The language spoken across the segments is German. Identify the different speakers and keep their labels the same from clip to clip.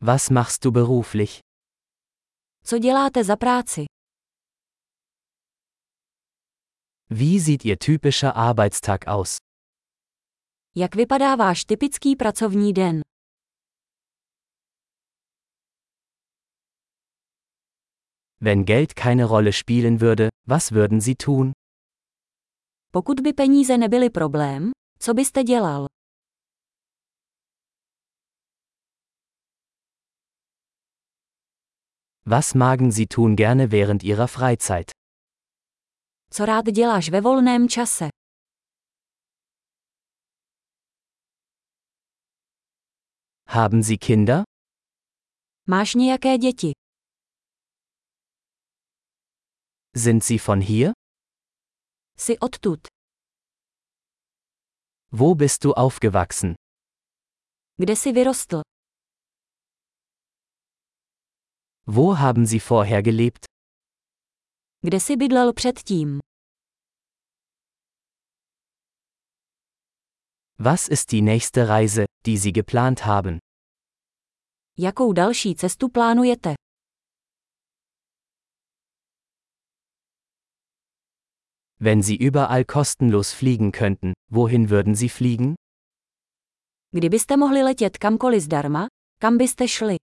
Speaker 1: Was machst du beruflich?
Speaker 2: Co děláte za práci?
Speaker 1: Wie sieht Ihr typischer Arbeitstag aus?
Speaker 2: Jak vypadá váš typický pracovní den?
Speaker 1: Wenn Geld keine Rolle spielen würde, was würden Sie tun?
Speaker 2: Pokud by peníze nebyly problém, co byste dělal?
Speaker 1: Was magen Sie tun gerne während Ihrer Freizeit?
Speaker 2: Co rád děláš ve volném čase?
Speaker 1: Haben Sie Kinder?
Speaker 2: Máš nějaké děti?
Speaker 1: Sind Sie von hier?
Speaker 2: Jsi odtud?
Speaker 1: Wo bist du aufgewachsen?
Speaker 2: Kde jsi vyrostl?
Speaker 1: Wo haben Sie vorher gelebt?
Speaker 2: Kde jsi bydlel předtím?
Speaker 1: Was ist die nächste Reise, die Sie geplant haben?
Speaker 2: Jakou další cestu plánujete?
Speaker 1: Wenn Sie überall kostenlos fliegen könnten, wohin würden Sie fliegen?
Speaker 2: Kdybyste mohli letět kamkoliv zdarma, kam byste šli?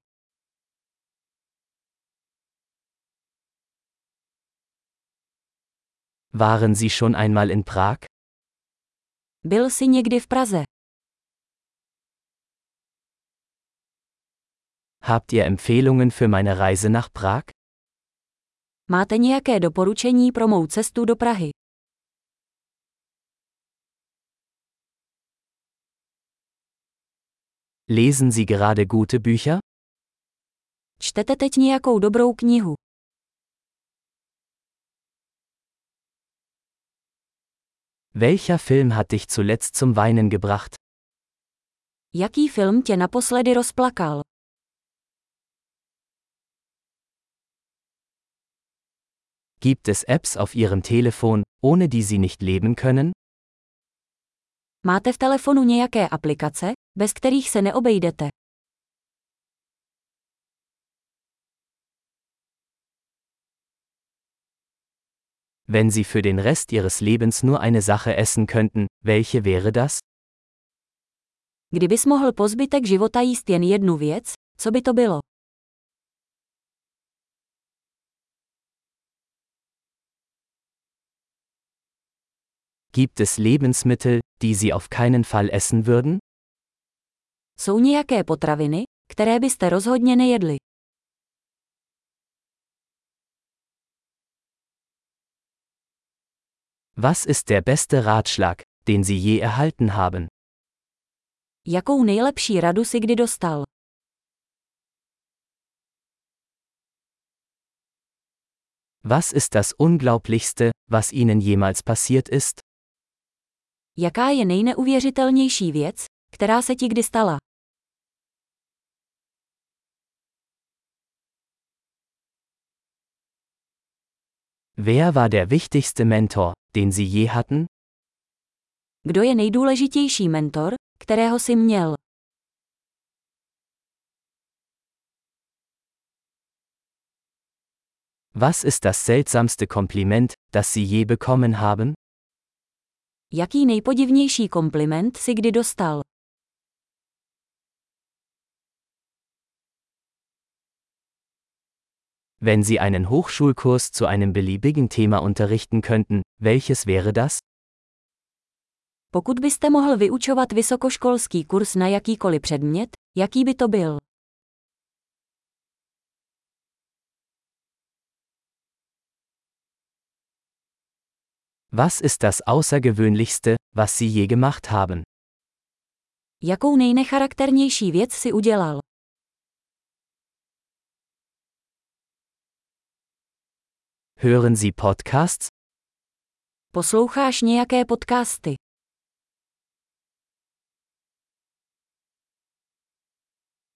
Speaker 1: Waren Sie schon einmal in Prag?
Speaker 2: Byl jsi někdy v Praze?
Speaker 1: Habt ihr Empfehlungen für meine Reise nach Prag?
Speaker 2: Máte nějaké doporučení pro mou cestu do Prahy?
Speaker 1: Lesen Sie gerade gute Bücher?
Speaker 2: Čtete teď nějakou dobrou knihu?
Speaker 1: Welcher Film hat dich zuletzt zum Weinen gebracht?
Speaker 2: Jaký film tě naposledy rozplakal?
Speaker 1: Gibt es Apps auf Ihrem Telefon, ohne die Sie nicht leben können?
Speaker 2: Máte v telefonu nějaké aplikace, bez kterých se neobejdete?
Speaker 1: Wenn Sie für den Rest Ihres Lebens nur eine Sache essen könnten, welche wäre das?
Speaker 2: Kdybys mohl po zbytek života jíst jen jednu věc, co by to bylo?
Speaker 1: Gibt es Lebensmittel, die Sie auf keinen Fall essen würden?
Speaker 2: Jsou nějaké potraviny, které byste rozhodně nejedli?
Speaker 1: Was ist der beste Ratschlag, den Sie je erhalten haben?
Speaker 2: Jakou nejlepší radu si kdy dostal?
Speaker 1: Was ist das Unglaublichste, was Ihnen jemals passiert ist?
Speaker 2: Jaká je nejneuvěřitelnější věc, která se ti kdy stala?
Speaker 1: Wer war der wichtigste Mentor, den Sie je hatten?
Speaker 2: Kdo je nejdůležitější mentor, kterého jsi měl?
Speaker 1: Was ist das seltsamste Kompliment, das Sie je bekommen haben?
Speaker 2: Jaký nejpodivnější kompliment si kdy dostal?
Speaker 1: Wenn Sie einen Hochschulkurs zu einem beliebigen Thema unterrichten könnten, welches wäre das?
Speaker 2: Pokud byste mohl vyučovat vysokoškolský kurz na jakýkoliv předmět, jaký by to byl?
Speaker 1: Was ist das Außergewöhnlichste, was Sie je gemacht haben?
Speaker 2: Jakou nejnecharakternější věc si udělal?
Speaker 1: Hören Sie Podcasts?
Speaker 2: Posloucháš nějaké podcasty?